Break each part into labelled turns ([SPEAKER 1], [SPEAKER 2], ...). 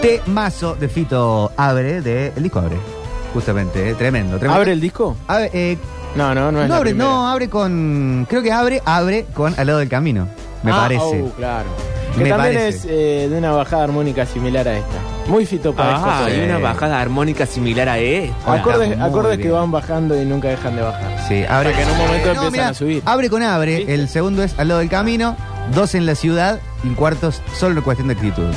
[SPEAKER 1] Temazo de Fito Abre, de el disco Abre. Justamente, eh, tremendo, tremendo.
[SPEAKER 2] ¿Abre el disco?
[SPEAKER 1] Abre, eh,
[SPEAKER 2] No, no, no es
[SPEAKER 1] no,
[SPEAKER 2] la
[SPEAKER 1] abre,
[SPEAKER 2] primera.
[SPEAKER 1] no, abre con. Creo que abre, abre con Al lado del camino. Me
[SPEAKER 2] Ah,
[SPEAKER 1] parece.
[SPEAKER 2] oh, claro. Que
[SPEAKER 1] Me
[SPEAKER 2] también
[SPEAKER 1] parece.
[SPEAKER 2] es eh, de una bajada armónica similar a esta. Muy fitopárico.
[SPEAKER 3] Ah,
[SPEAKER 1] sí.
[SPEAKER 3] hay una bajada armónica similar a E.
[SPEAKER 2] acordes
[SPEAKER 1] Está muy
[SPEAKER 2] acordes que
[SPEAKER 1] bien.
[SPEAKER 2] van bajando y nunca dejan de bajar.
[SPEAKER 1] Sí, abre.
[SPEAKER 2] Hasta que en un momento empiezan
[SPEAKER 1] mirá,
[SPEAKER 2] a subir.
[SPEAKER 1] Abre con abre.
[SPEAKER 2] ¿Viste?
[SPEAKER 1] El segundo es al lado del camino. Dos en la ciudad. Y cuartos solo una cuestión de actitud.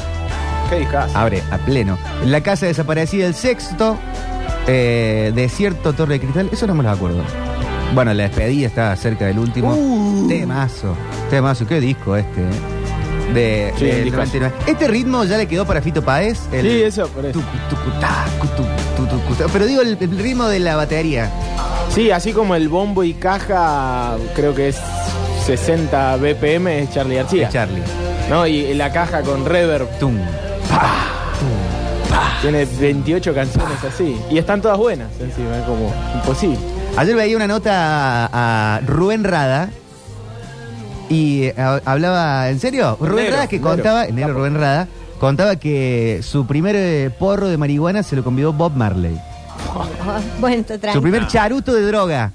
[SPEAKER 2] Qué discazo.
[SPEAKER 1] Abre a pleno. La casa desaparecida, el sexto. eh, desierto, torre de cristal. Eso no me lo acuerdo. Bueno, la despedida está cerca del último.
[SPEAKER 2] Uh.
[SPEAKER 1] Temazo. Temazo. Qué disco este, eh. De,
[SPEAKER 2] Sí,
[SPEAKER 1] del
[SPEAKER 2] el discazo.
[SPEAKER 1] 99. Este ritmo ya le quedó para Fito Paez. Ah, el-
[SPEAKER 2] Sí, eso, por eso.
[SPEAKER 1] tucu, tucutá, cutu, tutucutá. Pero digo el- el ritmo de la batería.
[SPEAKER 2] Sí, así como el bombo y caja, creo que es 60 BPM, es Charlie García.
[SPEAKER 1] De Charlie.
[SPEAKER 2] No, y la caja con reverb
[SPEAKER 1] Tum. Ah,
[SPEAKER 2] tiene 28 canciones así. Y están todas buenas encima, es como imposible.
[SPEAKER 1] Ayer veía una nota a, a Rubén Rada y eh, ha- hablaba, ¿en serio? Rubén
[SPEAKER 2] Negro,
[SPEAKER 1] Rada que
[SPEAKER 2] negro.
[SPEAKER 1] contaba, el negro Rubén Rada, contaba que su primer eh, porro de marihuana se lo convidó Bob Marley.
[SPEAKER 4] Bueno, está
[SPEAKER 1] Su
[SPEAKER 4] tranquilo.
[SPEAKER 1] primer charuto de droga.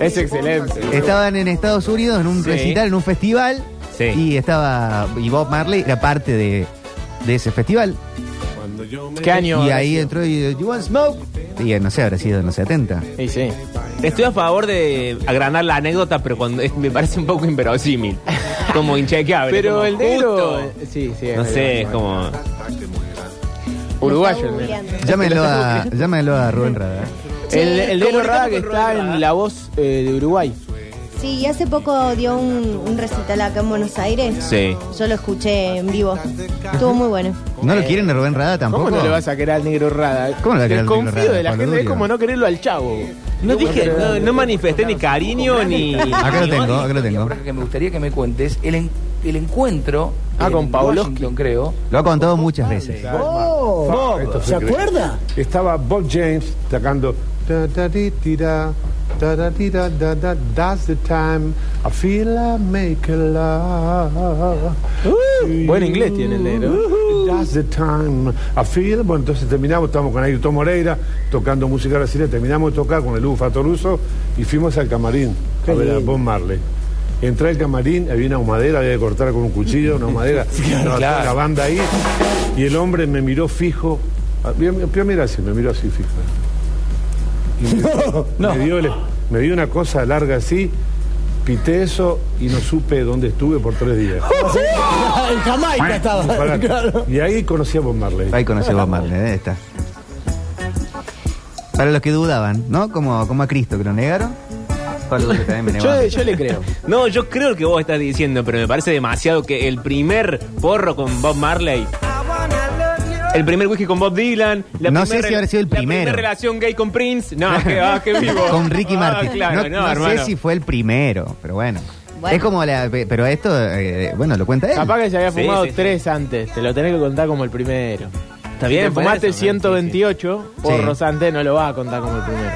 [SPEAKER 2] Es excelente.
[SPEAKER 1] Estaban en Estados Unidos en un
[SPEAKER 2] Sí.
[SPEAKER 1] recital, en un festival
[SPEAKER 3] Sí.
[SPEAKER 1] y estaba y Bob Marley era parte de, de ese festival.
[SPEAKER 2] ¿Qué año?
[SPEAKER 1] Y
[SPEAKER 2] habrá
[SPEAKER 1] ahí
[SPEAKER 2] sido?
[SPEAKER 1] entró y "You want smoke?" Y eh, no sé, habrá sido en los 70.
[SPEAKER 2] Sí, sí.
[SPEAKER 3] Estoy a favor de agrandar la anécdota, pero cuando es- me parece un poco inverosímil. Como inchequeable.
[SPEAKER 2] Pero
[SPEAKER 3] como
[SPEAKER 2] el negro. eh,
[SPEAKER 3] justo.
[SPEAKER 2] Sí, sí.
[SPEAKER 3] No
[SPEAKER 2] es
[SPEAKER 3] sé, es
[SPEAKER 2] verdad.
[SPEAKER 3] como.
[SPEAKER 2] Uruguayo, el
[SPEAKER 4] Lo
[SPEAKER 2] negro.
[SPEAKER 4] está googleando.
[SPEAKER 1] Llámenlo a, llámenlo a Rubén Rada.
[SPEAKER 2] El, el negro
[SPEAKER 3] Comunicate
[SPEAKER 2] Rada
[SPEAKER 3] con
[SPEAKER 2] que
[SPEAKER 3] Rubén
[SPEAKER 2] está
[SPEAKER 3] Rada.
[SPEAKER 2] en La Voz eh, de Uruguay.
[SPEAKER 4] Sí, y hace poco dio un, un recital acá en Buenos Aires.
[SPEAKER 3] Sí.
[SPEAKER 4] Yo lo escuché en vivo. Estuvo muy bueno.
[SPEAKER 1] ¿No lo quieren a Rubén Rada tampoco?
[SPEAKER 2] ¿Cómo no le vas a querer al negro Rada?
[SPEAKER 1] ¿Cómo le vas a querer al negro
[SPEAKER 2] Desconfío
[SPEAKER 1] Rada,
[SPEAKER 2] de la
[SPEAKER 1] Pablo
[SPEAKER 2] gente, es
[SPEAKER 1] Durio?
[SPEAKER 2] como no quererlo al chavo.
[SPEAKER 3] No dije, no, no manifesté ni cariño ni.
[SPEAKER 1] Acá lo tengo, acá lo tengo.
[SPEAKER 5] que me gustaría que me cuentes el, en- el encuentro
[SPEAKER 2] Ah,
[SPEAKER 5] en
[SPEAKER 2] con Pavlovsky.
[SPEAKER 5] Washington, creo.
[SPEAKER 1] Lo ha contado muchas veces.
[SPEAKER 6] ¿Se acuerda? Estaba Bob James sacando. Da, da, di, di, da, da, da, di, da, da, da, that's the time I feel I make a love.
[SPEAKER 2] Uh, buen inglés tiene el negro.
[SPEAKER 6] That's the time I feel. Bueno, entonces terminamos, estamos con Ayrton Moreira tocando música brasileña. Terminamos de tocar con el Hugo Fatoruso y fuimos al camarín a ver a Bob Marley. Entré al camarín, había una madera, había que cortar con un cuchillo, una madera. La banda ahí. Y el hombre me miró fijo. Ah, mira, mira, mira así, me miró así fijo. Y me, me dio, el- me dio una cosa larga así, pité eso y no supe dónde estuve por tres días.
[SPEAKER 7] en Jamaica
[SPEAKER 6] Pará.
[SPEAKER 7] estaba. Claro.
[SPEAKER 6] Y ahí conocí a Bob Marley.
[SPEAKER 1] Ahí conoce Bob Marley, ¿eh? Esta. Para los que dudaban, ¿no? Como, como a Cristo, que lo negaron. Pablo Durio también me negó.
[SPEAKER 2] Yo, yo le creo.
[SPEAKER 3] No, yo creo lo que vos estás diciendo, pero me parece demasiado que el primer porro con Bob Marley. El primer whisky con Bob Dylan.
[SPEAKER 1] No
[SPEAKER 3] primer
[SPEAKER 1] sé si
[SPEAKER 3] rela-
[SPEAKER 1] habrá sido el
[SPEAKER 3] la
[SPEAKER 1] primero.
[SPEAKER 3] primera relación gay con Prince. No, que, ah, que vivo.
[SPEAKER 1] Con Ricky
[SPEAKER 3] Ah,
[SPEAKER 1] Martin.
[SPEAKER 3] claro,
[SPEAKER 1] no
[SPEAKER 3] no,
[SPEAKER 1] no
[SPEAKER 3] hermano.
[SPEAKER 1] sé si fue el primero, pero bueno.
[SPEAKER 4] Bueno.
[SPEAKER 1] Es como la. Pero esto, eh, bueno, lo cuenta él.
[SPEAKER 2] Capaz que se había
[SPEAKER 3] Sí,
[SPEAKER 2] fumado
[SPEAKER 3] sí, sí.
[SPEAKER 2] tres antes. Te lo tenés que contar como el primero.
[SPEAKER 3] Está
[SPEAKER 2] Si
[SPEAKER 3] bien,
[SPEAKER 2] te
[SPEAKER 3] por
[SPEAKER 2] fumaste
[SPEAKER 3] eso, sí, sí, sí.
[SPEAKER 2] 128
[SPEAKER 1] sí.
[SPEAKER 2] por
[SPEAKER 1] Sí.
[SPEAKER 2] Rosante, no lo vas a contar como el primero.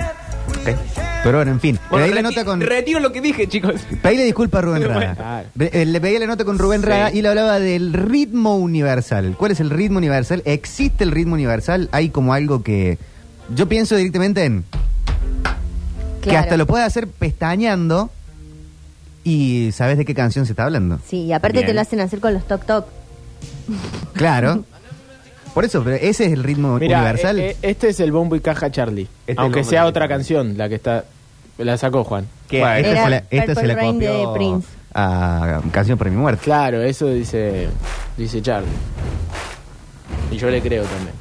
[SPEAKER 1] Ok. Pero bueno, en fin.
[SPEAKER 3] Bueno,
[SPEAKER 1] Pero ahí la
[SPEAKER 3] reti-
[SPEAKER 1] nota con.
[SPEAKER 3] Retiro lo que dije, chicos.
[SPEAKER 1] Pedíle disculpas a Rubén
[SPEAKER 3] Bueno.
[SPEAKER 1] Rada.
[SPEAKER 2] Claro.
[SPEAKER 1] Re- eh, Le pedí la nota con Rubén
[SPEAKER 3] Sí.
[SPEAKER 1] Rada y le hablaba del ritmo universal. ¿Cuál es el ritmo universal? ¿Existe el ritmo universal? Hay como algo que. Yo pienso directamente en. Que
[SPEAKER 4] Claro.
[SPEAKER 1] hasta lo puedes hacer pestañeando y sabes de qué canción se está hablando.
[SPEAKER 4] Sí, y aparte
[SPEAKER 3] Bien.
[SPEAKER 4] te lo hacen hacer con los toc toc.
[SPEAKER 1] Claro. Por eso, pero ese es el ritmo
[SPEAKER 2] Mira,
[SPEAKER 1] universal.
[SPEAKER 2] eh, eh, este es el bombo y caja Charlie.
[SPEAKER 1] Este es
[SPEAKER 2] Aunque
[SPEAKER 1] el bombo
[SPEAKER 2] sea
[SPEAKER 1] y
[SPEAKER 2] otra
[SPEAKER 1] caja.
[SPEAKER 2] canción la que está la sacó Juan.
[SPEAKER 1] que
[SPEAKER 3] bueno.
[SPEAKER 1] esta
[SPEAKER 4] Era
[SPEAKER 1] se la, esta se
[SPEAKER 4] Purple
[SPEAKER 1] la
[SPEAKER 4] Rain
[SPEAKER 1] copió
[SPEAKER 4] de Prince.
[SPEAKER 1] a Canción para mi muerte.
[SPEAKER 2] Claro, eso dice dice Charlie. Y yo le creo también.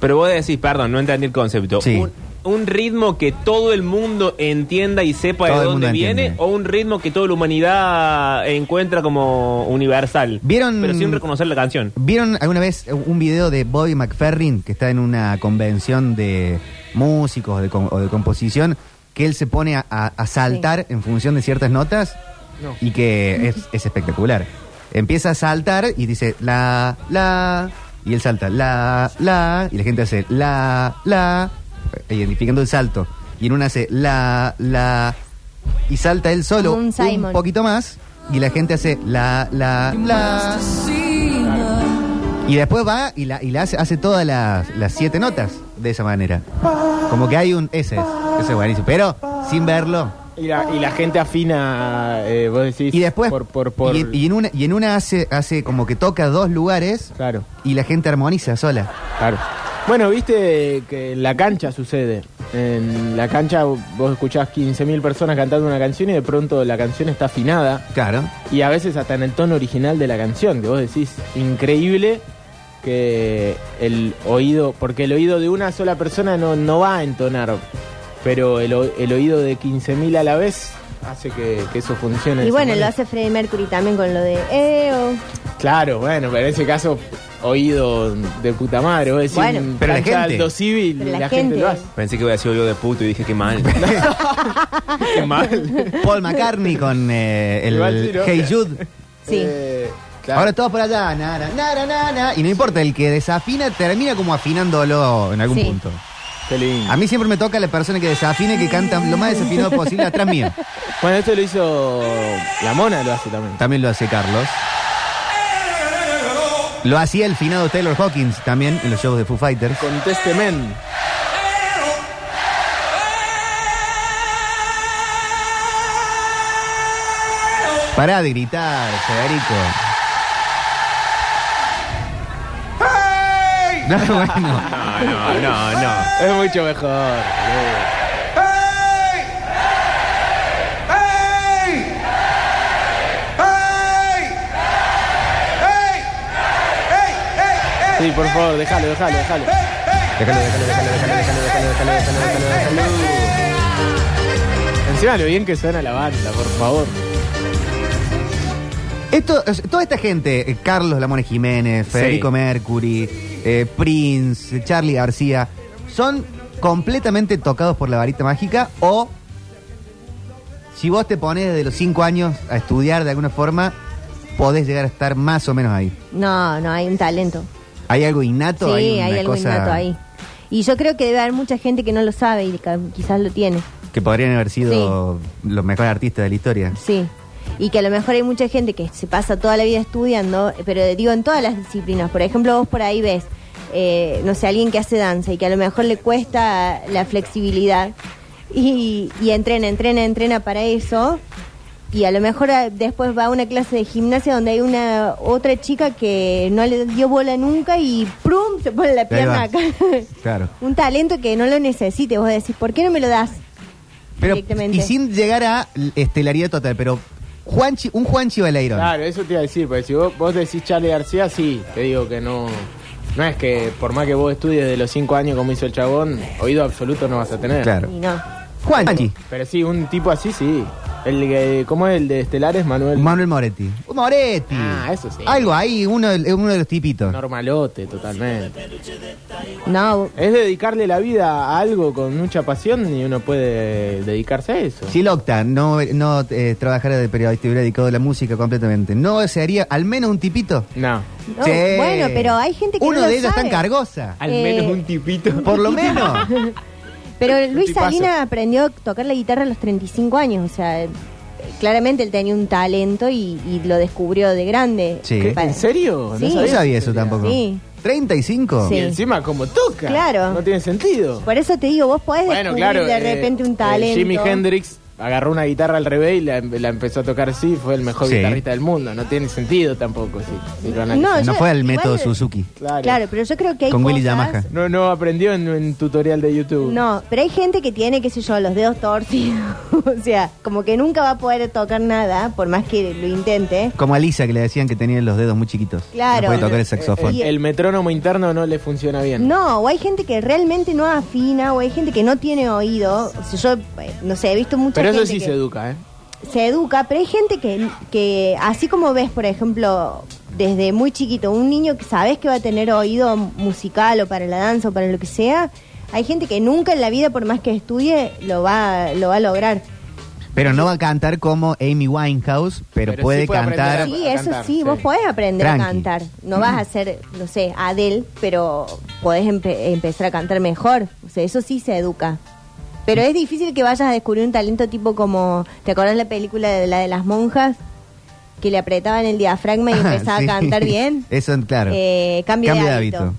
[SPEAKER 3] Pero vos decís, perdón, no entendí el concepto.
[SPEAKER 1] Sí.
[SPEAKER 3] Un, un ritmo que todo el mundo entienda y sepa
[SPEAKER 1] Todo
[SPEAKER 3] de
[SPEAKER 1] el
[SPEAKER 3] dónde
[SPEAKER 1] mundo
[SPEAKER 3] viene,
[SPEAKER 1] entiende.
[SPEAKER 3] o un ritmo que toda la humanidad encuentra como universal.
[SPEAKER 1] ¿Vieron-
[SPEAKER 3] Pero sin reconocer la canción.
[SPEAKER 1] ¿Vieron alguna vez un video de Bobby McFerrin que está en una convención de músicos o de com- o de composición? Que él se pone a, a- a saltar en función de ciertas notas y que es, es espectacular. Empieza a saltar y dice la, la, y él salta la, la, y la gente hace la, la, identificando el salto. Y en una hace la, la, y salta él solo
[SPEAKER 4] Como un
[SPEAKER 1] un,
[SPEAKER 4] Simon.
[SPEAKER 1] poquito más y la gente hace la, la, la. Y después va y la, y la hace, hace todas las, las siete notas de esa manera. Como que hay un. Ese es, ese es buenísimo. Pero sin verlo.
[SPEAKER 2] Y la, y la gente afina, eh, vos decís.
[SPEAKER 1] Y después.
[SPEAKER 2] Por, por, por-
[SPEAKER 1] Y, y en una, y en una hace, hace como que toca dos lugares
[SPEAKER 2] Claro,
[SPEAKER 1] y la gente armoniza sola.
[SPEAKER 2] claro. Bueno, viste que en la cancha sucede. En la cancha vos escuchás 15.000 personas cantando una canción y de pronto la canción está afinada.
[SPEAKER 1] Claro.
[SPEAKER 2] Y a veces hasta en el tono original de la canción, que vos decís, increíble que el oído, porque el oído de una sola persona no, no va a entonar, pero el, o- el oído de 15.000 a la vez hace que, que eso funcione. de
[SPEAKER 4] Y
[SPEAKER 2] esa
[SPEAKER 4] bueno, lo
[SPEAKER 2] manera.
[SPEAKER 4] hace Freddie Mercury también con lo de EO.
[SPEAKER 2] Claro, bueno, pero en ese caso, oído de puta madre, vos decís,
[SPEAKER 4] Bueno.
[SPEAKER 1] Pero la
[SPEAKER 2] cancha de
[SPEAKER 1] gente.
[SPEAKER 2] Aldo Civil,
[SPEAKER 4] Pero
[SPEAKER 2] la,
[SPEAKER 4] la
[SPEAKER 2] gente,
[SPEAKER 4] gente.
[SPEAKER 2] lo hace.
[SPEAKER 3] Pensé que iba a decir yo de puto y dije que mal.
[SPEAKER 2] Qué mal.
[SPEAKER 1] Paul McCartney con eh,
[SPEAKER 2] Igual sí,
[SPEAKER 1] el
[SPEAKER 2] ¿no?
[SPEAKER 1] Hey Jude.
[SPEAKER 4] Sí.
[SPEAKER 2] Eh, claro.
[SPEAKER 1] Ahora todos por allá, na, na, na, na, na, y no importa, el que desafina termina como afinándolo en algún
[SPEAKER 4] Sí.
[SPEAKER 1] punto.
[SPEAKER 2] Qué lindo.
[SPEAKER 1] A mí siempre me toca la persona que desafine, que canta lo más desafinado posible atrás mío.
[SPEAKER 2] Bueno, esto lo hizo la mona, lo hace también.
[SPEAKER 1] También lo hace Carlos. Lo hacía el finado Taylor Hawkins también en los shows de Foo Fighters.
[SPEAKER 2] Contéstemen.
[SPEAKER 1] Pará de gritar, Federico. No, bueno.
[SPEAKER 3] No, no, no, no.
[SPEAKER 2] Es mucho mejor. Sí, por favor, déjalo, déjalo, déjalo.
[SPEAKER 1] Déjalo, déjalo, déjalo, déjalo, déjalo, déjalo, déjalo, déjalo, déjalo, déjalo.
[SPEAKER 2] Encima lo bien que suena la banda, por favor.
[SPEAKER 1] Esto, o sea, toda esta gente, eh, Carlos Lamone Jiménez, Federico Mercury, eh, Prince, eh, Charlie García, son completamente tocados por la varita mágica o si vos te pones desde los 5 años a estudiar de alguna forma, podés llegar a estar más o menos ahí.
[SPEAKER 4] No, no, hay un talento.
[SPEAKER 1] Hay algo innato,
[SPEAKER 4] Sí, hay,
[SPEAKER 1] una
[SPEAKER 4] algo
[SPEAKER 1] cosa
[SPEAKER 4] innato ahí. Y yo creo que debe haber mucha gente que no lo sabe y ca- quizás lo tiene.
[SPEAKER 1] que podrían haber sido los mejores artistas de la historia.
[SPEAKER 4] Sí. Y que a lo mejor hay mucha gente que se pasa toda la vida estudiando, pero digo en todas las disciplinas. Por ejemplo, vos por ahí ves, eh, no sé, alguien que hace danza y que a lo mejor le cuesta la flexibilidad y, y entrena, entrena, entrena para eso. Y a lo mejor ah, después va a una clase de gimnasia donde hay una otra chica que no le dio bola nunca y ¡prum! se pone la pierna
[SPEAKER 1] va.
[SPEAKER 4] acá.
[SPEAKER 1] Claro.
[SPEAKER 4] Un talento que no lo necesite. Vos decís, ¿por qué no me lo das?
[SPEAKER 1] Pero,
[SPEAKER 4] Directamente.
[SPEAKER 1] y sin llegar a estelaridad total, pero Juanchi, un Juanchi Baleirón.
[SPEAKER 2] Claro, eso te iba a decir, porque si vos, vos decís Charlie García, sí, te digo que no. No es que por más que vos estudies de los 5 años como hizo el chabón, oído absoluto no vas a tener.
[SPEAKER 1] Claro.
[SPEAKER 4] Y no.
[SPEAKER 1] Juanchi.
[SPEAKER 2] Pero sí, un tipo así, sí. El, que- ¿Cómo es el de Estelares, Manuel?
[SPEAKER 1] Manuel Moretti. Moretti.
[SPEAKER 2] Ah, eso sí.
[SPEAKER 1] Algo ahí, uno, de- uno de los tipitos.
[SPEAKER 2] Normalote, totalmente.
[SPEAKER 4] No,
[SPEAKER 2] Es dedicarle la vida a algo con mucha pasión y uno puede dedicarse a eso.
[SPEAKER 1] Si Locta no, no eh, trabajara de periodista y hubiera dedicado a la música completamente, ¿no se haría al menos un tipito?
[SPEAKER 2] No.
[SPEAKER 4] No, bueno, pero hay gente que
[SPEAKER 1] Uno
[SPEAKER 4] no lo
[SPEAKER 1] de ellos
[SPEAKER 4] sabe.
[SPEAKER 1] tan cargosa.
[SPEAKER 2] Al
[SPEAKER 4] Eh,
[SPEAKER 2] menos un tipito.
[SPEAKER 1] Por lo menos.
[SPEAKER 4] Pero Luis
[SPEAKER 2] tipazo.
[SPEAKER 4] Salinas aprendió a tocar la guitarra a los 35 años, o sea, eh, claramente él tenía un talento y, y lo descubrió de grande.
[SPEAKER 1] Sí.
[SPEAKER 4] Que pa-
[SPEAKER 2] ¿En serio?
[SPEAKER 4] Sí.
[SPEAKER 1] No
[SPEAKER 4] sabía
[SPEAKER 1] sabía eso tampoco.
[SPEAKER 4] Sí.
[SPEAKER 1] ¿35?
[SPEAKER 2] Y
[SPEAKER 4] Sí.
[SPEAKER 2] encima, como toca.
[SPEAKER 4] Claro.
[SPEAKER 2] No tiene sentido.
[SPEAKER 4] Por eso te digo, vos podés
[SPEAKER 2] Bueno,
[SPEAKER 4] descubrir
[SPEAKER 2] claro.
[SPEAKER 4] de
[SPEAKER 2] eh,
[SPEAKER 4] repente un
[SPEAKER 2] eh,
[SPEAKER 4] talento.
[SPEAKER 2] Jimi Hendrix agarró una guitarra al revés y la, la empezó a tocar así. Fue el mejor
[SPEAKER 1] Sí.
[SPEAKER 2] guitarrista del mundo. No tiene sentido tampoco. Sí,
[SPEAKER 4] No,
[SPEAKER 1] No
[SPEAKER 4] yo-
[SPEAKER 1] fue al
[SPEAKER 4] igual-
[SPEAKER 1] método Suzuki.
[SPEAKER 2] claro.
[SPEAKER 4] Claro, pero yo creo que hay
[SPEAKER 1] Con Willy
[SPEAKER 4] cosas-
[SPEAKER 1] Yamaha.
[SPEAKER 2] No, no aprendió en un tutorial de YouTube.
[SPEAKER 4] No, pero hay gente que tiene, qué sé yo, los dedos torcidos. o sea, como que nunca va a poder tocar nada, por más que lo intente.
[SPEAKER 1] Como a Lisa que le decían que tenía los dedos muy chiquitos.
[SPEAKER 4] Claro. Eh,
[SPEAKER 1] No puede tocar el saxofón.
[SPEAKER 4] Y-
[SPEAKER 2] El metrónomo interno no le funciona bien.
[SPEAKER 4] No, o hay gente que realmente no afina, o hay gente que no tiene oído. O sea, yo, eh, no sé, he visto mucha
[SPEAKER 2] Pero eso
[SPEAKER 4] gente
[SPEAKER 2] sí
[SPEAKER 4] que-
[SPEAKER 2] se educa, ¿eh?
[SPEAKER 4] se educa, pero hay gente que, que, así como ves, por ejemplo, desde muy chiquito, un niño que sabes que va a tener oído musical o para la danza o para lo que sea, hay gente que nunca en la vida, por más que estudie, lo va, lo va a lograr.
[SPEAKER 1] Pero no va a cantar como Amy Winehouse, pero,
[SPEAKER 2] Pero sí
[SPEAKER 1] puede,
[SPEAKER 2] puede
[SPEAKER 1] cantar.
[SPEAKER 2] aprender
[SPEAKER 4] Sí,
[SPEAKER 2] a
[SPEAKER 4] eso
[SPEAKER 2] cantar,
[SPEAKER 4] sí,
[SPEAKER 2] sí.
[SPEAKER 4] vos podés aprender
[SPEAKER 1] Tranqui.
[SPEAKER 4] a cantar. No vas a ser, no sé, Adele, pero podés empe- empezar a cantar mejor. O sea, eso sí se educa. Pero es difícil que vayas a descubrir un talento tipo como, ¿te acordás la película de la de las monjas? que le apretaban el diafragma y empezaba
[SPEAKER 1] Ah, Sí.
[SPEAKER 4] a cantar bien.
[SPEAKER 1] Eso, claro.
[SPEAKER 4] Eh, cambio, de, hábito.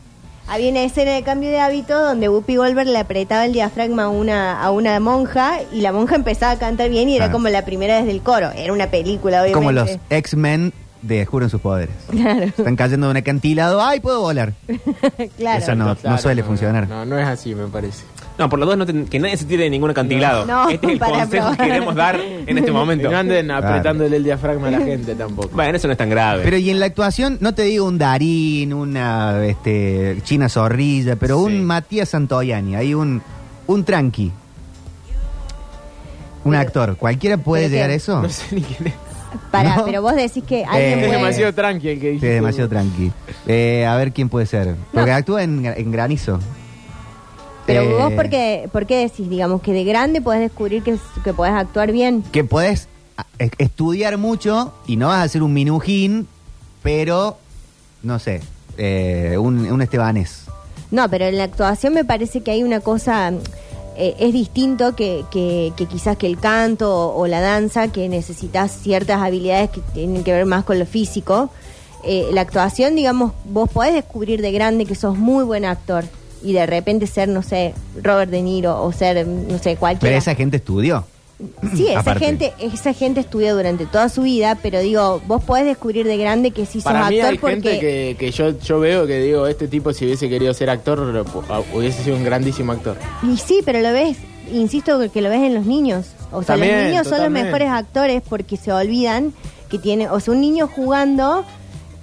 [SPEAKER 4] Había una escena de cambio de hábito donde Whoopi Goldberg le apretaba el diafragma a una, a una monja y la monja empezaba a cantar bien y era
[SPEAKER 1] Claro.
[SPEAKER 4] como la primera desde el coro. Era una película, obviamente.
[SPEAKER 1] Ah. Como los X-Men de Juren sus poderes.
[SPEAKER 4] Claro,
[SPEAKER 1] Están cayendo de un acantilado. ¡Ay, puedo volar!
[SPEAKER 4] claro.
[SPEAKER 1] Esa no, no
[SPEAKER 2] Claro,
[SPEAKER 1] suele funcionar.
[SPEAKER 2] No, no es así, me parece.
[SPEAKER 3] No, por las dos, no te- que nadie se tire de ningún acantilado.
[SPEAKER 4] No. No,
[SPEAKER 3] este es el
[SPEAKER 4] para
[SPEAKER 3] consejo
[SPEAKER 4] probar.
[SPEAKER 3] que queremos dar en este
[SPEAKER 2] Y
[SPEAKER 3] momento.
[SPEAKER 2] no anden
[SPEAKER 1] Claro.
[SPEAKER 2] apretándole el diafragma a la gente tampoco.
[SPEAKER 3] Bueno, eso no es tan grave.
[SPEAKER 1] Pero y en la actuación, no te digo un Darín, una este, China Zorrilla, pero
[SPEAKER 3] Sí.
[SPEAKER 1] un Matías Santoyani, hay un, un tranqui. Un
[SPEAKER 4] Pero-
[SPEAKER 1] actor, ¿cualquiera puede
[SPEAKER 4] ¿pero qué?
[SPEAKER 1] llegar a eso?
[SPEAKER 2] No sé ni quién es.
[SPEAKER 1] Eh,
[SPEAKER 4] Pará,
[SPEAKER 1] No.
[SPEAKER 4] pero vos decís que alguien
[SPEAKER 1] Eh,
[SPEAKER 2] Es
[SPEAKER 4] puede-
[SPEAKER 2] demasiado tranqui el que
[SPEAKER 1] Sí,
[SPEAKER 2] dijiste.
[SPEAKER 1] es demasiado tranqui. Eh, a ver quién puede ser. Porque actúa en, en granizo.
[SPEAKER 4] Pero
[SPEAKER 1] Eh,
[SPEAKER 4] vos, por qué, ¿por qué decís, digamos, que de grande podés descubrir que, que podés actuar bien?
[SPEAKER 1] Que podés a, es- estudiar mucho y no vas a ser un minujín, pero, no sé, eh, un, un estebanés.
[SPEAKER 4] No, pero en la actuación me parece que hay una cosa. mm, eh, es distinto que, que- que quizás que el canto o, o la danza, que necesitas ciertas habilidades que tienen que ver más con lo físico. Eh, la actuación, digamos, vos podés descubrir de grande que sos muy buen actor y de repente ser, no sé, Robert De Niro o ser, mm, no sé, cualquiera.
[SPEAKER 1] Pero esa gente estudió.
[SPEAKER 4] Sí, esa
[SPEAKER 1] Aparte.
[SPEAKER 4] gente, esa gente estudia durante toda su vida, pero digo, vos podés descubrir de grande que sí sos
[SPEAKER 2] Para mí
[SPEAKER 4] actor
[SPEAKER 2] hay
[SPEAKER 4] porque
[SPEAKER 2] gente que, que yo, yo veo que digo, este tipo si hubiese querido ser actor, lo pu- ah, hubiese sido un grandísimo actor.
[SPEAKER 4] y sí, pero lo ves, insisto que lo ves en los niños. O sea, los
[SPEAKER 2] También,
[SPEAKER 4] niños son los
[SPEAKER 2] totalmente.
[SPEAKER 4] mejores actores porque se olvidan que tiene, o sea, un niño jugando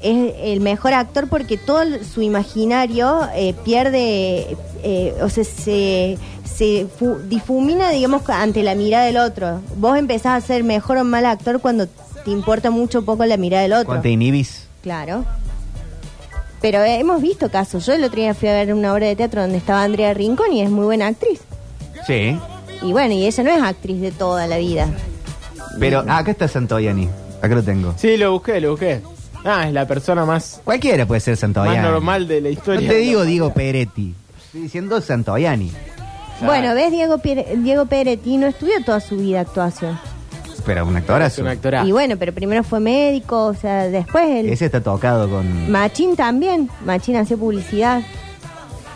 [SPEAKER 4] es el mejor actor porque todo el- su imaginario eh, pierde, eh, o sea, se, se fu- difumina, digamos, ante la mirada del otro. Vos empezás a ser mejor o mal actor cuando te importa mucho poco la mirada del otro.
[SPEAKER 1] Cuando te inhibís.
[SPEAKER 4] Claro. Pero eh, hemos visto casos. Yo el otro día fui a ver una obra de teatro donde estaba Andrea Rincón y es muy buena actriz.
[SPEAKER 1] Sí.
[SPEAKER 4] Y bueno, y ella no es actriz de toda la vida.
[SPEAKER 1] Pero ah, acá está Santoyani. Acá lo tengo.
[SPEAKER 2] Sí, lo busqué, lo busqué. Ah, es la persona más,
[SPEAKER 1] Cualquiera puede ser Santoyani.
[SPEAKER 2] más normal de la
[SPEAKER 1] No
[SPEAKER 2] historia.
[SPEAKER 1] te digo Diego Peretti. Estoy diciendo Santoyani.
[SPEAKER 2] Claro.
[SPEAKER 4] Bueno, ves, Diego, Pier- Diego Peretti no estudió toda su vida actuación.
[SPEAKER 1] Pero un
[SPEAKER 2] Es
[SPEAKER 1] actorazo.
[SPEAKER 2] un actorazo.
[SPEAKER 4] Y bueno, pero primero fue médico, o sea, después el...
[SPEAKER 1] Ese está tocado con.
[SPEAKER 4] Machín también. Machín hacía publicidad.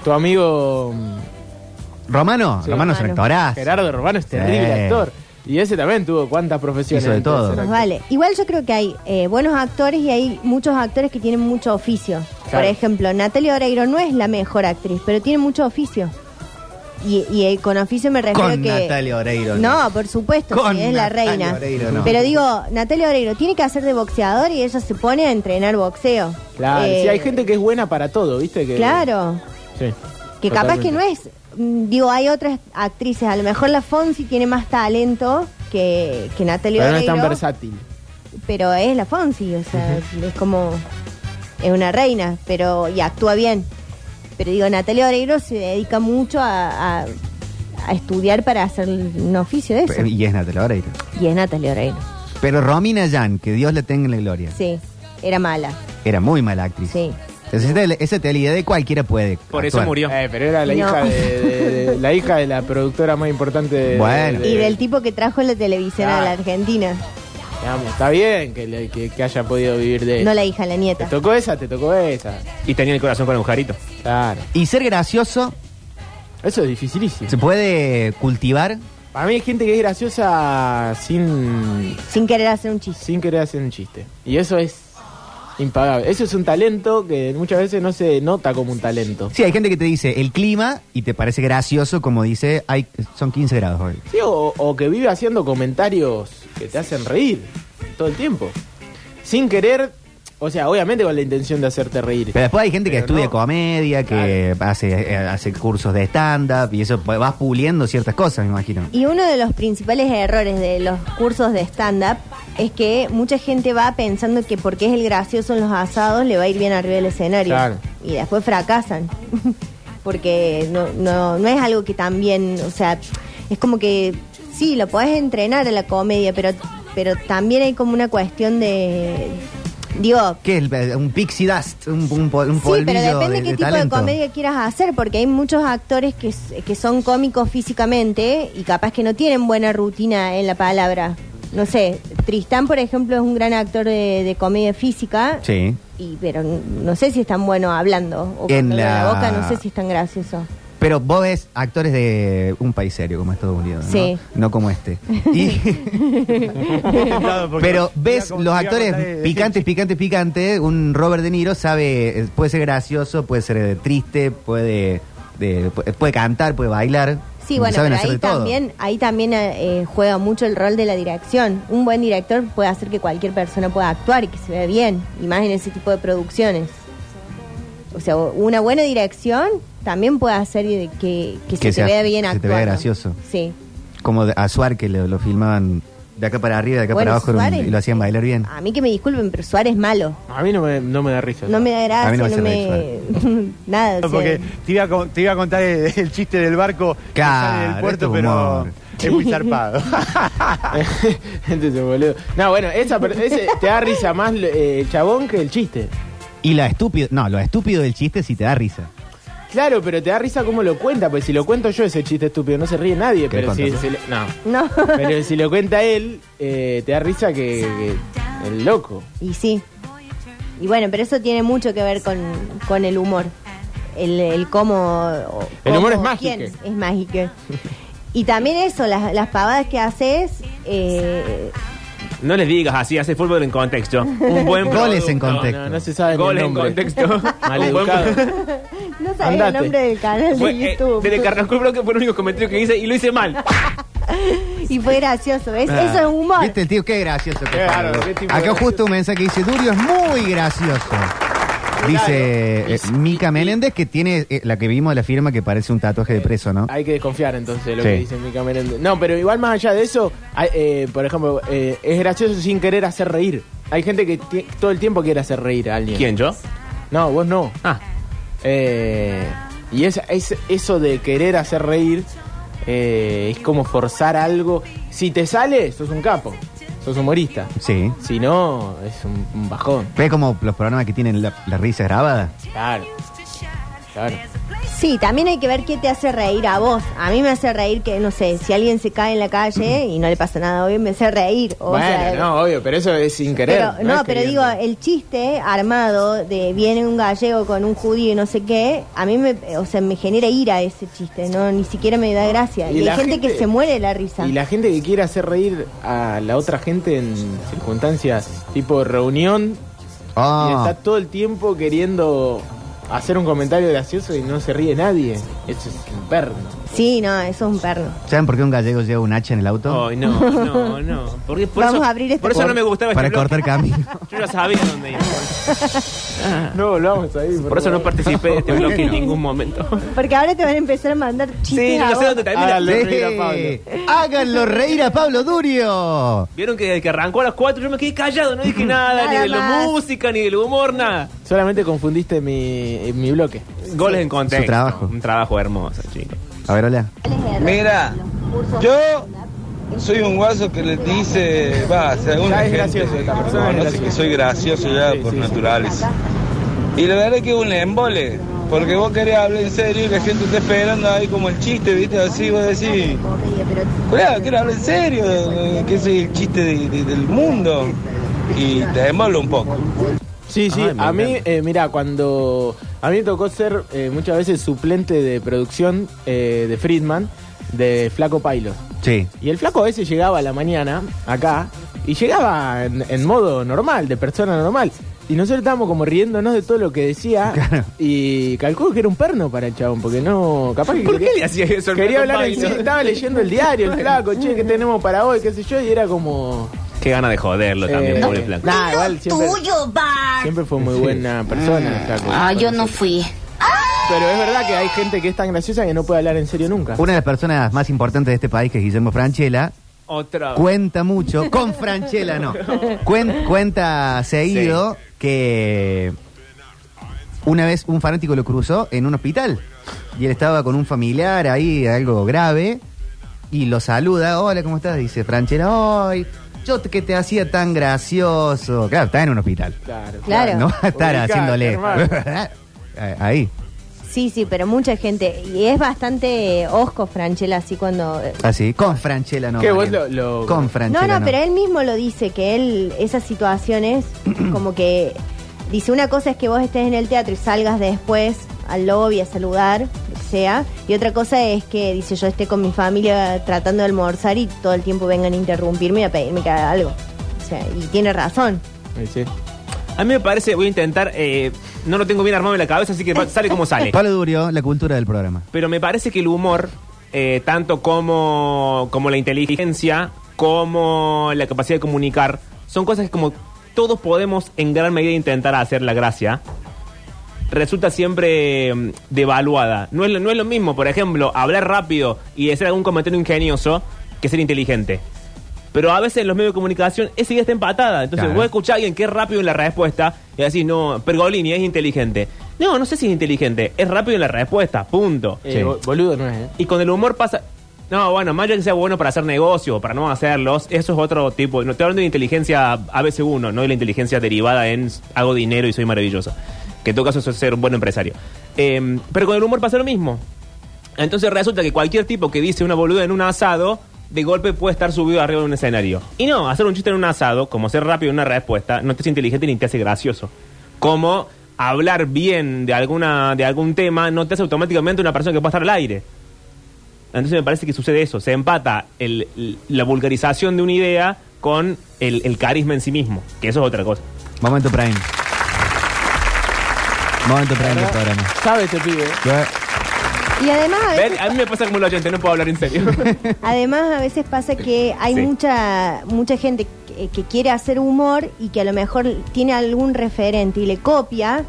[SPEAKER 2] Tu amigo mm,
[SPEAKER 1] Romano.
[SPEAKER 2] Sí,
[SPEAKER 1] Romano es un
[SPEAKER 4] Romano.
[SPEAKER 1] actorazo.
[SPEAKER 2] Gerardo Urbano es terrible
[SPEAKER 1] Sí.
[SPEAKER 2] actor. Y ese también tuvo cuántas profesiones.
[SPEAKER 1] Hizo de
[SPEAKER 2] antes
[SPEAKER 1] todo.
[SPEAKER 2] ser
[SPEAKER 4] Más
[SPEAKER 2] actor.
[SPEAKER 4] vale. Igual yo creo que hay eh, buenos actores y hay muchos actores que tienen mucho oficio. Por
[SPEAKER 2] Claro.
[SPEAKER 4] ejemplo, Natalia Oreiro no es la mejor actriz, pero tiene mucho oficio. Y, y, eh, con oficio me refiero
[SPEAKER 1] Con
[SPEAKER 4] que...
[SPEAKER 1] Natalia Oreiro.
[SPEAKER 4] No, por supuesto,
[SPEAKER 1] Con
[SPEAKER 4] sí, es la
[SPEAKER 1] Natalia
[SPEAKER 4] reina.
[SPEAKER 1] Oreiro, no.
[SPEAKER 4] Pero digo, Natalia Oreiro tiene que hacer de boxeador y ella se pone a entrenar boxeo.
[SPEAKER 2] Claro,
[SPEAKER 4] Eh,
[SPEAKER 2] sí, hay gente que es buena para todo, ¿viste? Que,
[SPEAKER 4] Claro,
[SPEAKER 2] Sí.
[SPEAKER 4] que capaz
[SPEAKER 2] Totalmente.
[SPEAKER 4] que no es... mm, Digo, hay otras actrices, a lo mejor la Fonsi tiene más talento que, que Natalia
[SPEAKER 2] Pero no es
[SPEAKER 4] Oreiro.
[SPEAKER 2] tan versátil.
[SPEAKER 4] pero es la Fonsi, o sea, es como es una reina, pero y actúa bien. Pero digo, Natalia Oreiro se dedica mucho a, a- a estudiar para hacer un oficio de eso.
[SPEAKER 1] Pe- Y es Natalia Oreiro.
[SPEAKER 4] Y es Natalia Oreiro.
[SPEAKER 1] Pero Romina Yan, que Dios le tenga en la gloria.
[SPEAKER 4] Sí, era mala.
[SPEAKER 1] Era muy mala actriz.
[SPEAKER 4] Sí.
[SPEAKER 1] Entonces, esa tel- esa idea de cualquiera puede.
[SPEAKER 3] Por eso
[SPEAKER 1] actuar.
[SPEAKER 3] murió.
[SPEAKER 2] Eh, pero era la
[SPEAKER 4] No.
[SPEAKER 2] hija de, de- de- la hija de la productora más importante de,
[SPEAKER 1] Bueno.
[SPEAKER 4] Y del tipo que trajo la televisión a la
[SPEAKER 2] Claro.
[SPEAKER 4] Argentina.
[SPEAKER 2] Digamos, está bien que, le- que, que haya podido vivir de
[SPEAKER 4] No la hija, la
[SPEAKER 2] Te
[SPEAKER 4] nieta.
[SPEAKER 2] tocó esa, te tocó esa.
[SPEAKER 3] Y tenía el corazón con agujarito.
[SPEAKER 2] Claro.
[SPEAKER 1] Y ser gracioso
[SPEAKER 2] Eso es dificilísimo.
[SPEAKER 1] se puede cultivar.
[SPEAKER 2] Para mí hay gente que es graciosa sin,
[SPEAKER 4] Sin querer hacer un chiste.
[SPEAKER 2] sin querer hacer un chiste. Y eso es impagable. Eso es un talento que muchas veces no se nota como un talento.
[SPEAKER 1] Sí, hay gente que te dice el clima y te parece gracioso, como dice, hay, son 15 grados hoy.
[SPEAKER 2] Sí, o, o que vive haciendo comentarios que te hacen reír todo el tiempo. Sin querer, o sea, obviamente con la intención de hacerte reír.
[SPEAKER 1] Pero después hay gente que
[SPEAKER 2] Pero
[SPEAKER 1] estudia
[SPEAKER 2] no.
[SPEAKER 1] comedia, que hace, eh, hace cursos de stand-up y eso pues, vas puliendo ciertas cosas, me imagino.
[SPEAKER 4] Y uno de los principales errores de los cursos de stand-up es que mucha gente va pensando que porque es el gracioso en los asados le va a ir bien arriba del escenario.
[SPEAKER 2] Claro.
[SPEAKER 4] Y después fracasan. porque no, no, no es algo que también, o sea, es como que sí, lo podés entrenar en la comedia, pero, pero también hay como una cuestión de... Digo,
[SPEAKER 1] ¿Qué es? el- Un pixie dust, un, un, pol- un
[SPEAKER 4] Sí, pero
[SPEAKER 1] polvillo
[SPEAKER 4] depende
[SPEAKER 1] de-
[SPEAKER 4] qué
[SPEAKER 1] de
[SPEAKER 4] tipo
[SPEAKER 1] talento.
[SPEAKER 4] de comedia quieras hacer, porque hay muchos actores que, s- que son cómicos físicamente y capaz que no tienen buena rutina en la palabra. no sé, Tristán, por ejemplo, es un gran actor de, de comedia física.
[SPEAKER 1] Sí.
[SPEAKER 4] Y, pero n- no sé si es tan bueno hablando o
[SPEAKER 1] En
[SPEAKER 4] con la...
[SPEAKER 1] la-
[SPEAKER 4] boca, no sé si es tan gracioso.
[SPEAKER 1] Pero vos ves actores de un país serio como Estados Unidos, ¿no?
[SPEAKER 4] Sí.
[SPEAKER 1] No como este. Y-
[SPEAKER 8] Claro, porque
[SPEAKER 1] pero ves
[SPEAKER 8] mira cómo-
[SPEAKER 1] los
[SPEAKER 8] mira cómo
[SPEAKER 1] actores
[SPEAKER 8] está de- de-
[SPEAKER 1] picantes, picantes, picantes. Un Robert De Niro sabe, eh, puede ser gracioso, puede ser eh, triste, puede, de- pu- puede cantar, puede bailar.
[SPEAKER 4] Sí, bueno,
[SPEAKER 1] Saben
[SPEAKER 4] pero
[SPEAKER 1] hacer
[SPEAKER 4] ahí
[SPEAKER 1] de todo.
[SPEAKER 4] también, ahí también eh, juega mucho el rol de la dirección. Un buen director puede hacer que cualquier persona pueda actuar y que se vea bien, y más en ese tipo de producciones. O sea, una buena dirección también puede hacer de que, que,
[SPEAKER 1] Que
[SPEAKER 4] se
[SPEAKER 1] sea-
[SPEAKER 4] te vea
[SPEAKER 1] se
[SPEAKER 4] bien
[SPEAKER 1] te
[SPEAKER 4] actuando.
[SPEAKER 1] vea gracioso.
[SPEAKER 4] Sí.
[SPEAKER 1] Como de- a Suar que lo, lo filmaban de acá para arriba, de acá
[SPEAKER 4] Bueno,
[SPEAKER 1] para abajo era un-
[SPEAKER 4] Suárez- Ah.
[SPEAKER 1] y lo hacían bailar bien.
[SPEAKER 4] A mí que me disculpen, pero Suárez es malo.
[SPEAKER 2] A mí no me, no me da risa.
[SPEAKER 4] No me da
[SPEAKER 1] A mí
[SPEAKER 4] gracia,
[SPEAKER 1] no me
[SPEAKER 4] no me...
[SPEAKER 1] hace
[SPEAKER 4] Nada, o sea,
[SPEAKER 8] Porque te iba, a, con- te iba a contar el, el chiste del barco que
[SPEAKER 1] Claro,
[SPEAKER 8] sale del puerto,
[SPEAKER 1] esto es
[SPEAKER 8] pero
[SPEAKER 1] humor.
[SPEAKER 8] es muy zarpado.
[SPEAKER 2] Entonces, boludo. No, bueno, esa, per- ese te da risa más eh, el chabón que el chiste.
[SPEAKER 1] Y la estúpido, no, lo estúpido del chiste sí te da risa.
[SPEAKER 2] Claro, pero te da risa cómo lo cuenta, porque si lo cuento yo ese chiste estúpido, no se ríe nadie,
[SPEAKER 1] ¿Querés
[SPEAKER 2] pero si,
[SPEAKER 1] contarlo?
[SPEAKER 2] si le- no.
[SPEAKER 4] No.
[SPEAKER 2] Pero si lo cuenta él, eh, te da risa que, que el loco.
[SPEAKER 4] Y sí. Y bueno, pero eso tiene mucho que ver con, con el humor. El, el cómo, o-
[SPEAKER 2] El humor
[SPEAKER 4] cómo
[SPEAKER 2] es
[SPEAKER 4] quién
[SPEAKER 2] mágico.
[SPEAKER 4] Es mágico. Y también eso, las, las pavadas que haces. eh,
[SPEAKER 3] No les digas así, hace fútbol en contexto. Un buen
[SPEAKER 1] Goles
[SPEAKER 3] producto.
[SPEAKER 1] en contexto.
[SPEAKER 2] No, no se sabe ni el
[SPEAKER 3] Gol en
[SPEAKER 2] nombre.
[SPEAKER 3] contexto.
[SPEAKER 2] Maleducado.
[SPEAKER 3] Un buen-
[SPEAKER 4] no sabía
[SPEAKER 2] Andate.
[SPEAKER 4] el nombre del canal
[SPEAKER 3] Fue,
[SPEAKER 4] de
[SPEAKER 3] eh,
[SPEAKER 4] YouTube.
[SPEAKER 3] desde que arrancó el bloque fue el único comentario que hice y lo hice mal.
[SPEAKER 4] y fue gracioso, ¿ves?
[SPEAKER 1] Ah.
[SPEAKER 4] Eso es humor.
[SPEAKER 1] ¿Viste el tío? Qué gracioso que
[SPEAKER 2] Qué
[SPEAKER 1] fue.
[SPEAKER 2] bárbaro, qué tipo
[SPEAKER 1] Acá
[SPEAKER 2] gracioso.
[SPEAKER 1] justo un mensaje que dice, Durio es muy gracioso. Dice eh, Mica Menéndez que tiene eh, la que vimos de la firma que parece un tatuaje de preso, ¿no?
[SPEAKER 2] Hay que desconfiar entonces de lo
[SPEAKER 1] Sí.
[SPEAKER 2] que dice Mica Menéndez. No, pero igual más allá de eso, hay, eh, por ejemplo, eh, es gracioso sin querer hacer reír. Hay gente que ti- todo el tiempo quiere hacer reír a alguien.
[SPEAKER 3] ¿Quién, yo?
[SPEAKER 2] No, vos no.
[SPEAKER 3] Ah.
[SPEAKER 2] Eh, y es, es- eso de querer hacer reír eh, es como forzar algo. Si te sale, sos un capo, sos humorista.
[SPEAKER 1] Sí.
[SPEAKER 2] Si no, es un, un bajón.
[SPEAKER 1] ¿Ves como los programas que tienen la, la risa grabada?
[SPEAKER 2] Claro. Claro.
[SPEAKER 4] Sí, también hay que ver qué te hace reír a vos. A mí me hace reír que, no sé, si alguien se cae en la calle y no le pasa nada, obvio, me hace reír. O
[SPEAKER 2] bueno,
[SPEAKER 4] sea, eh,
[SPEAKER 2] no, obvio, pero eso es sin querer.
[SPEAKER 4] Pero, no,
[SPEAKER 2] es
[SPEAKER 4] pero digo,
[SPEAKER 2] queriendo.
[SPEAKER 4] el chiste armado de viene un gallego con un judío y no sé qué, a mí me, o sea, me genera ira ese chiste, no ni siquiera me da gracia.
[SPEAKER 2] Y
[SPEAKER 4] Y,
[SPEAKER 2] la
[SPEAKER 4] hay gente,
[SPEAKER 2] gente-
[SPEAKER 4] que se muere de la risa.
[SPEAKER 2] Y la gente que quiere hacer reír a la otra gente en circunstancias tipo reunión y
[SPEAKER 1] Ah,
[SPEAKER 2] está todo el tiempo queriendo hacer un comentario gracioso y no se ríe nadie. Eso es un perno.
[SPEAKER 4] Sí, no, eso es un perno.
[SPEAKER 1] ¿Saben por qué un gallego lleva un hacha en el auto?
[SPEAKER 2] Oh,
[SPEAKER 3] Ay, no, no, no. Por, por
[SPEAKER 4] Vamos
[SPEAKER 3] eso,
[SPEAKER 4] a abrir este
[SPEAKER 3] Por eso no me gustaba este
[SPEAKER 1] Para
[SPEAKER 3] bloque.
[SPEAKER 1] cortar camino.
[SPEAKER 3] Yo ya sabía dónde iba.
[SPEAKER 2] No volvamos ahí.
[SPEAKER 3] Por eso no participé de este bloque en ningún momento.
[SPEAKER 4] Porque ahora te van a empezar a mandar chistes.
[SPEAKER 3] Sí, yo ya
[SPEAKER 4] a
[SPEAKER 3] sé
[SPEAKER 4] vos.
[SPEAKER 3] dónde termina.
[SPEAKER 2] Háganlo reír a
[SPEAKER 1] Sí. Háganlo reír a Pablo Durio.
[SPEAKER 3] Vieron que desde que arrancó a las 4 yo me quedé callado, no dije nada, ni
[SPEAKER 4] Nada
[SPEAKER 3] de la
[SPEAKER 4] más.
[SPEAKER 3] música, ni del humor, nada.
[SPEAKER 2] Solamente confundiste mi, eh, mi bloque.
[SPEAKER 3] Goles en contexto.
[SPEAKER 1] Su trabajo.
[SPEAKER 3] Un trabajo hermoso, chicos.
[SPEAKER 1] A ver, hola.
[SPEAKER 9] Mira, yo soy un guaso que les dice, va, si alguna
[SPEAKER 2] Ya es
[SPEAKER 9] gente
[SPEAKER 2] gracioso, esta persona es
[SPEAKER 9] conoce
[SPEAKER 2] graciosa.
[SPEAKER 9] que soy gracioso ya
[SPEAKER 2] Sí,
[SPEAKER 9] por
[SPEAKER 2] sí, sí.
[SPEAKER 9] naturaleza. Y la verdad es que es un embole, porque vos querés hablar en serio y la gente está esperando ahí como el chiste, viste, así vos decís, cuidado, quiero hablar en serio, eh, que soy el chiste de- de- del mundo. Y te embola un poco.
[SPEAKER 2] Sí, sí,
[SPEAKER 3] Ay, me
[SPEAKER 2] a mí,
[SPEAKER 3] encanta.
[SPEAKER 2] eh, mira, cuando. A mí me tocó ser eh, muchas veces suplente de producción eh, de Friedman, de Flaco Pailo.
[SPEAKER 1] Sí.
[SPEAKER 2] Y el flaco a veces llegaba a la mañana acá y llegaba en, en modo normal, de persona normal. Y nosotros estábamos como riéndonos de todo lo que decía y calculo que era un perno para el chabón, porque no, capaz que
[SPEAKER 3] ¿Por qué
[SPEAKER 2] quería,
[SPEAKER 3] le hacía eso al
[SPEAKER 2] quería
[SPEAKER 3] Paco
[SPEAKER 2] hablar en
[SPEAKER 3] Pailo?
[SPEAKER 2] serio, estaba leyendo el diario, el flaco, che, ¿qué tenemos para hoy? qué sé yo, y era como...
[SPEAKER 3] Qué gana de joderlo también,
[SPEAKER 2] eh,
[SPEAKER 3] pobre flaco.
[SPEAKER 2] nah, igual siempre, siempre fue muy buena persona
[SPEAKER 3] Mm.
[SPEAKER 2] el flaco.
[SPEAKER 10] Ah, yo no fui.
[SPEAKER 2] Pero es verdad que hay gente que es tan graciosa que no puede hablar en serio nunca.
[SPEAKER 1] Una de las personas más importantes de este país, que es Guillermo Franchella,
[SPEAKER 3] Otra vez.
[SPEAKER 1] cuenta mucho, con Franchella no, Cuen- cuenta seguido que una vez un fanático lo cruzó en un hospital y él estaba con un familiar ahí, algo grave, y lo saluda, hola, ¿cómo estás? Dice Franchella, hoy, yo te- que te hacía tan gracioso. Claro, está en un hospital.
[SPEAKER 2] Claro.
[SPEAKER 4] Claro.
[SPEAKER 1] No va a estar
[SPEAKER 2] Ubicate,
[SPEAKER 1] haciéndole...
[SPEAKER 2] hermano.
[SPEAKER 1] ahí.
[SPEAKER 4] Sí, sí, pero mucha gente. Y es bastante eh, osco Franchella así cuando... eh,
[SPEAKER 1] Así, con Franchella no.
[SPEAKER 2] ¿Qué, vos
[SPEAKER 1] Mariano.
[SPEAKER 2] lo- lo-
[SPEAKER 1] Con
[SPEAKER 4] No,
[SPEAKER 1] Franchella.
[SPEAKER 4] no, pero él mismo lo dice, que él, esas situaciones, como que dice, una cosa es que vos estés en el teatro y salgas después al lobby a saludar, lo que sea, y otra cosa es que, dice, yo esté con mi familia tratando de almorzar y todo el tiempo vengan a interrumpirme y a pedirme que haga algo. O sea, y tiene razón.
[SPEAKER 2] Ahí sí.
[SPEAKER 3] A mí me parece, voy a intentar, eh, no lo tengo bien armado en la cabeza, así que va- sale como sale.
[SPEAKER 1] Pablo Durio, la cultura del programa.
[SPEAKER 3] Pero me parece que el humor, eh, tanto como, como la inteligencia, como la capacidad de comunicar, son cosas que como todos podemos en gran medida intentar hacer la gracia. Resulta siempre mm, devaluada. No es, lo- no es lo mismo, por ejemplo, hablar rápido y hacer algún comentario ingenioso que ser inteligente. Pero a veces en los medios de comunicación esa idea está empatada. Entonces
[SPEAKER 1] Claro.
[SPEAKER 3] voy a escuchar a alguien que es rápido en la respuesta y decís, no, Pergolini es inteligente. No, no sé si es inteligente, es rápido en la respuesta, punto.
[SPEAKER 2] Eh,
[SPEAKER 1] Sí.
[SPEAKER 2] bo- Boludo no es, ¿eh?
[SPEAKER 3] Y con el humor pasa. No, bueno, más allá que sea bueno para hacer negocios o para no hacerlos, eso es otro tipo. No estoy hablando de inteligencia ABC1, no de la inteligencia derivada en hago dinero y soy maravilloso. Que en todo caso eso es ser un buen empresario. Eh, pero con el humor pasa lo mismo. Entonces resulta que cualquier tipo que dice una boluda en un asado, de golpe puede estar subido arriba de un escenario. Y no, hacer un chiste en un asado, como ser rápido en una respuesta, no te hace inteligente ni te hace gracioso. Como hablar bien de, alguna, de algún tema no te hace automáticamente una persona que pueda estar al aire. Entonces me parece que sucede eso, se empata el- l- la vulgarización de una idea con el, el carisma en sí mismo, que eso es otra cosa.
[SPEAKER 1] Momento Prime. Momento Prime del programa.
[SPEAKER 2] Sabe este pibe.
[SPEAKER 4] Y además a
[SPEAKER 3] ¿Ven?
[SPEAKER 4] veces,
[SPEAKER 3] A mí me pasa como el oyente, no puedo hablar en serio.
[SPEAKER 4] además, a veces pasa que hay
[SPEAKER 3] Sí.
[SPEAKER 4] mucha, mucha gente que, que quiere hacer humor y que a lo mejor tiene algún referente y le copia.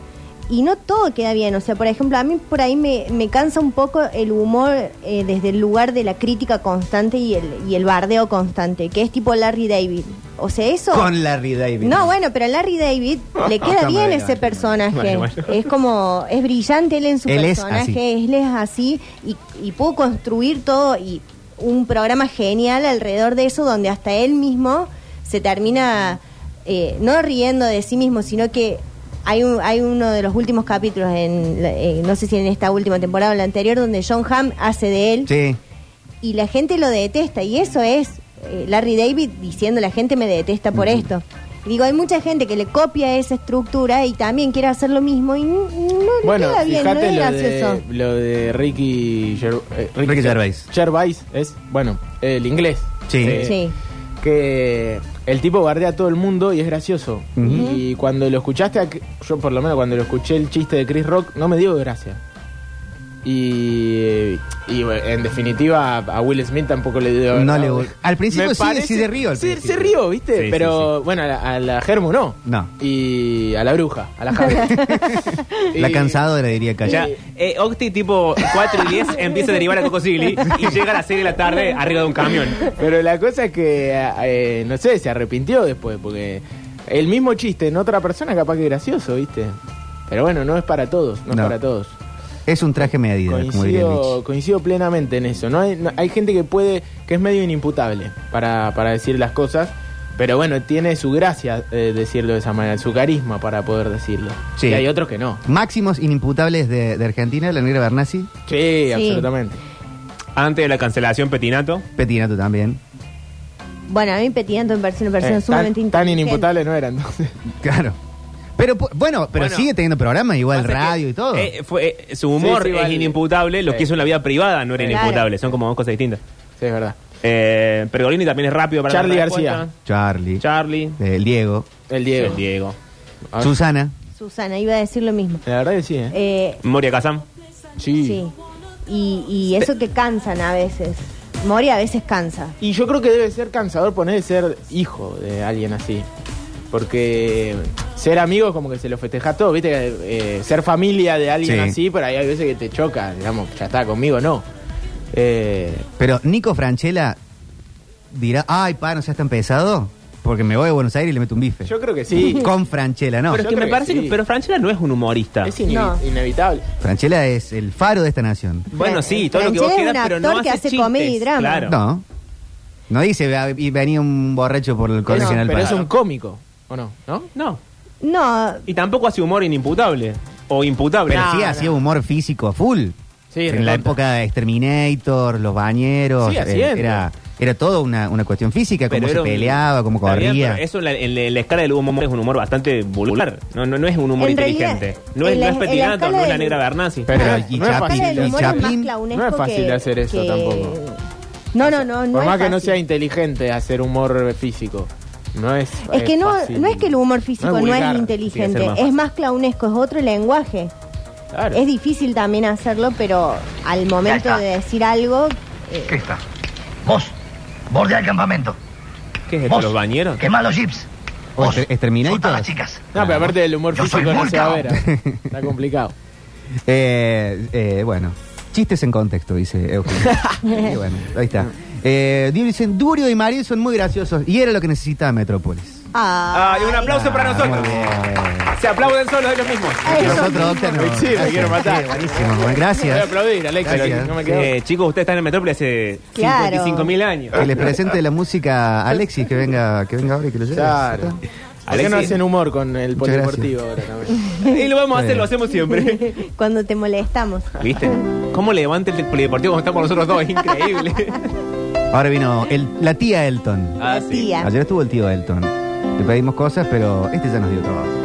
[SPEAKER 4] Y no todo queda bien, o sea, por ejemplo, a mí por ahí me, me cansa un poco el humor eh, desde el lugar de la crítica constante y el, y el bardeo constante, que es tipo Larry David. O sea, eso...
[SPEAKER 1] Con Larry David.
[SPEAKER 4] No, bueno, pero a Larry David le queda
[SPEAKER 1] Está muy
[SPEAKER 4] bien
[SPEAKER 1] bien,
[SPEAKER 4] ese personaje.
[SPEAKER 3] Bueno, bueno.
[SPEAKER 4] Es como, es brillante él en su
[SPEAKER 1] Él es
[SPEAKER 4] personaje, él es así y, y pudo construir todo y un programa genial alrededor de eso donde hasta él mismo se termina eh, no riendo de sí mismo, sino que hay, un- hay uno de los últimos capítulos, en, la- eh, no sé si en esta última temporada o en la anterior, donde John Hamm hace de él
[SPEAKER 1] Sí.
[SPEAKER 4] y la gente lo detesta y eso es eh, Larry David diciendo la gente me detesta por esto. Y Digo, hay mucha gente que le copia esa estructura y también quiere hacer lo mismo y n- no le
[SPEAKER 2] Bueno,
[SPEAKER 4] queda bien, no
[SPEAKER 2] fíjate
[SPEAKER 4] es
[SPEAKER 2] lo,
[SPEAKER 4] gracioso.
[SPEAKER 2] de, lo de Ricky, Ger- eh,
[SPEAKER 1] Ricky Gervais.
[SPEAKER 2] Gervais es, bueno, el inglés.
[SPEAKER 1] Sí.
[SPEAKER 2] Eh,
[SPEAKER 4] Sí.
[SPEAKER 2] Que el tipo bardea a todo el mundo y es gracioso. Y cuando lo escuchaste, a- yo por lo menos cuando lo escuché el chiste de Chris Rock, no me dio gracia. Y, y bueno, en definitiva a Will Smith tampoco le dio
[SPEAKER 1] No
[SPEAKER 2] gracia.
[SPEAKER 1] le gu- al principio
[SPEAKER 2] Me
[SPEAKER 1] sí, sí se rió al
[SPEAKER 2] sí,
[SPEAKER 1] principio.
[SPEAKER 2] se rió, ¿viste?
[SPEAKER 3] Sí,
[SPEAKER 2] Pero bueno, a la, a la Germu no.
[SPEAKER 1] No.
[SPEAKER 2] Y a la bruja, a la Javi.
[SPEAKER 1] La
[SPEAKER 2] Y-
[SPEAKER 1] cansadora diría que
[SPEAKER 3] Ya, eh, Octi tipo 4 y 10 empieza a derivar a Coco Sigli y llega a las 6 de la tarde arriba de un camión.
[SPEAKER 2] Pero la cosa es que, eh, no sé, se arrepintió después, porque el mismo chiste en otra persona capaz que gracioso, ¿viste? Pero bueno, no es para todos, no,
[SPEAKER 1] No.
[SPEAKER 2] es para todos.
[SPEAKER 1] Es un traje medida, como diría
[SPEAKER 2] Coincido,
[SPEAKER 1] Lich.
[SPEAKER 2] coincido plenamente en eso. No hay, no- hay gente que puede, que es medio inimputable para, para decir las cosas, pero bueno, tiene su gracia eh, decirlo de esa manera, su carisma para poder decirlo.
[SPEAKER 1] Sí.
[SPEAKER 2] Y hay otros que no.
[SPEAKER 1] Máximos inimputables de, de Argentina, la negra Bernasi,
[SPEAKER 2] Sí,
[SPEAKER 4] Sí.
[SPEAKER 2] absolutamente.
[SPEAKER 3] Antes de la cancelación, Petinato.
[SPEAKER 1] Petinato también.
[SPEAKER 4] Bueno, a mí Petinato me parece una persona
[SPEAKER 2] Eh,
[SPEAKER 4] sumamente
[SPEAKER 2] tan, tan
[SPEAKER 4] inteligente.
[SPEAKER 2] inimputable no era entonces.
[SPEAKER 1] Claro. Pero pu- bueno, pero
[SPEAKER 3] Bueno.
[SPEAKER 1] sigue teniendo programa, igual
[SPEAKER 3] Pasa que,
[SPEAKER 1] radio y todo.
[SPEAKER 3] eh, fue, eh, su humor
[SPEAKER 2] Sí, sí,
[SPEAKER 3] es
[SPEAKER 2] vale.
[SPEAKER 3] inimputable, lo
[SPEAKER 2] Sí.
[SPEAKER 3] que hizo en la vida privada no era
[SPEAKER 4] Claro.
[SPEAKER 3] inimputable, son como dos cosas distintas.
[SPEAKER 2] Sí, es verdad.
[SPEAKER 3] Eh, Pergolini también es rápido para la
[SPEAKER 2] Charlie
[SPEAKER 3] respuesta.
[SPEAKER 2] García.
[SPEAKER 1] Charlie,
[SPEAKER 3] Charlie.
[SPEAKER 1] eh, el Diego,
[SPEAKER 2] El Diego.
[SPEAKER 3] El Diego. Ah.
[SPEAKER 2] A ver.
[SPEAKER 1] Susana.
[SPEAKER 4] Susana, iba a decir lo mismo.
[SPEAKER 2] La verdad que sí, ¿eh?
[SPEAKER 4] Eh,
[SPEAKER 3] Moria Kazam.
[SPEAKER 4] sí. Y, y eso que cansan a veces. Mori a veces cansa.
[SPEAKER 2] Y yo creo que debe ser cansador poner ser hijo de alguien así. Porque ser amigo es como que se lo festeja todo, ¿viste? Eh, ser familia de alguien
[SPEAKER 1] Sí.
[SPEAKER 2] así, pero ahí hay veces que te choca, digamos, ya está, conmigo no. Eh,
[SPEAKER 1] Pero Nico Franchella dirá, ay, pa, no seas tan pesado, porque me voy a Buenos Aires y le meto un bife.
[SPEAKER 2] yo creo que sí.
[SPEAKER 1] Con Franchella, no.
[SPEAKER 3] pero es
[SPEAKER 2] yo
[SPEAKER 3] que me
[SPEAKER 2] creo que
[SPEAKER 3] parece que,
[SPEAKER 2] sí.
[SPEAKER 3] pero Franchella no es un humorista.
[SPEAKER 2] Es inevi-
[SPEAKER 4] No.
[SPEAKER 2] inevitable.
[SPEAKER 1] Franchella es el faro de esta nación.
[SPEAKER 3] Bueno, sí, todo lo que vos
[SPEAKER 4] Franchella es un
[SPEAKER 3] quieras, pero no
[SPEAKER 4] actor que
[SPEAKER 3] hace
[SPEAKER 4] hace comedia y
[SPEAKER 3] chistes,
[SPEAKER 4] drama.
[SPEAKER 3] Claro.
[SPEAKER 1] No. No dice, "Ah, y venía un borracho por el
[SPEAKER 2] Es-
[SPEAKER 1] colegio
[SPEAKER 2] pero
[SPEAKER 1] general.
[SPEAKER 2] es
[SPEAKER 1] Paz".
[SPEAKER 2] un cómico, ¿o no? ¿No?
[SPEAKER 3] No.
[SPEAKER 4] No,
[SPEAKER 3] Y tampoco hace humor inimputable. O o imputable.
[SPEAKER 1] Pero
[SPEAKER 2] No,
[SPEAKER 1] sí
[SPEAKER 2] no.
[SPEAKER 1] hacía humor físico a full.
[SPEAKER 2] Sí,
[SPEAKER 1] en la
[SPEAKER 2] recontra.
[SPEAKER 1] época de Exterminator, los bañeros,
[SPEAKER 2] Sí,
[SPEAKER 1] eh,
[SPEAKER 2] haciendo.
[SPEAKER 1] era, era todo una, una cuestión física, cómo
[SPEAKER 3] Pero
[SPEAKER 1] se
[SPEAKER 3] era un-
[SPEAKER 1] peleaba, cómo
[SPEAKER 3] Está bien,
[SPEAKER 1] corría.
[SPEAKER 3] pero eso en la, en la- en la escala del humor es un humor bastante vulgar. No, no, no es un humor
[SPEAKER 4] En realidad,
[SPEAKER 3] inteligente. no es,
[SPEAKER 4] en
[SPEAKER 3] no
[SPEAKER 4] la-
[SPEAKER 3] es
[SPEAKER 4] en la
[SPEAKER 3] Petinato,
[SPEAKER 4] escala
[SPEAKER 3] no es la
[SPEAKER 4] del-
[SPEAKER 3] negra Bernasi.
[SPEAKER 2] Pero
[SPEAKER 1] Ah,
[SPEAKER 2] y
[SPEAKER 1] no es
[SPEAKER 2] Chaplin,
[SPEAKER 1] fácil.
[SPEAKER 4] Escala del
[SPEAKER 1] y
[SPEAKER 4] humor es más
[SPEAKER 1] Chaplin,
[SPEAKER 4] clownesco
[SPEAKER 2] no es fácil
[SPEAKER 4] que-
[SPEAKER 2] de hacer eso
[SPEAKER 4] que-
[SPEAKER 2] tampoco.
[SPEAKER 4] No, no, no.
[SPEAKER 2] Por
[SPEAKER 4] es
[SPEAKER 2] más que no
[SPEAKER 4] fácil.
[SPEAKER 2] sea inteligente hacer humor físico. No es.
[SPEAKER 4] Es que no,
[SPEAKER 2] fácil.
[SPEAKER 4] no es que el humor físico no
[SPEAKER 2] No
[SPEAKER 4] es,
[SPEAKER 2] es vulgar,
[SPEAKER 3] tiene
[SPEAKER 4] inteligente,
[SPEAKER 3] que ser más
[SPEAKER 4] es más clownesco, es otro lenguaje.
[SPEAKER 2] Claro.
[SPEAKER 4] Es difícil también hacerlo, pero al momento de decir algo, eh,
[SPEAKER 10] ¿Qué está? Vos, vos del campamento.
[SPEAKER 3] ¿Qué es esto,
[SPEAKER 10] Vos,
[SPEAKER 3] los bañeros?
[SPEAKER 10] quemá los jeeps.
[SPEAKER 1] O
[SPEAKER 10] Vos,
[SPEAKER 1] Exter- Exterminator.
[SPEAKER 10] soltá a las chicas.
[SPEAKER 2] No, pero aparte del humor
[SPEAKER 10] Yo soy
[SPEAKER 2] físico no se va a ver. ah.
[SPEAKER 10] vulgar.
[SPEAKER 2] Está complicado.
[SPEAKER 1] Eh, eh, bueno, chistes en contexto, dice Eugenio. Y bueno, ahí está. Eh, dicen, Durio y Mario son muy graciosos y era lo que necesitaba Metrópolis.
[SPEAKER 4] ah,
[SPEAKER 3] Ah, y un aplauso para nosotros.
[SPEAKER 1] muy bien.
[SPEAKER 3] Se aplauden solos ellos mismos.
[SPEAKER 4] Eso
[SPEAKER 1] Nosotros,
[SPEAKER 4] mismo.
[SPEAKER 1] Octa, no.
[SPEAKER 2] Sí, me
[SPEAKER 1] Gracias.
[SPEAKER 2] quiero matar.
[SPEAKER 1] Sí, buenísimo, bueno,
[SPEAKER 2] Voy a
[SPEAKER 1] gracias.
[SPEAKER 2] aplaudir, Alexa.
[SPEAKER 1] Gracias.
[SPEAKER 2] No me quedo.
[SPEAKER 3] Eh, chicos, ustedes están en Metrópoli hace
[SPEAKER 4] Claro.
[SPEAKER 3] 55.000 años.
[SPEAKER 1] Que les presente la música a Alexis, que venga, que venga ahora y que lo lleve.
[SPEAKER 2] Claro. ¿Por qué no
[SPEAKER 3] Alexis.
[SPEAKER 2] hacen humor con el
[SPEAKER 1] Muchas gracias.
[SPEAKER 2] polideportivo ahora también?
[SPEAKER 3] Y lo vamos a hacer,
[SPEAKER 1] Sí.
[SPEAKER 3] lo hacemos siempre.
[SPEAKER 4] cuando te molestamos.
[SPEAKER 3] ¿Viste? ¿Cómo levanta el polideportivo cuando estamos nosotros dos? Increíble.
[SPEAKER 1] Ahora vino el- la tía Elton.
[SPEAKER 3] Ah,
[SPEAKER 4] La
[SPEAKER 3] sí.
[SPEAKER 4] tía.
[SPEAKER 1] Ayer estuvo el tío Elton. Le pedimos cosas, pero este ya nos dio trabajo.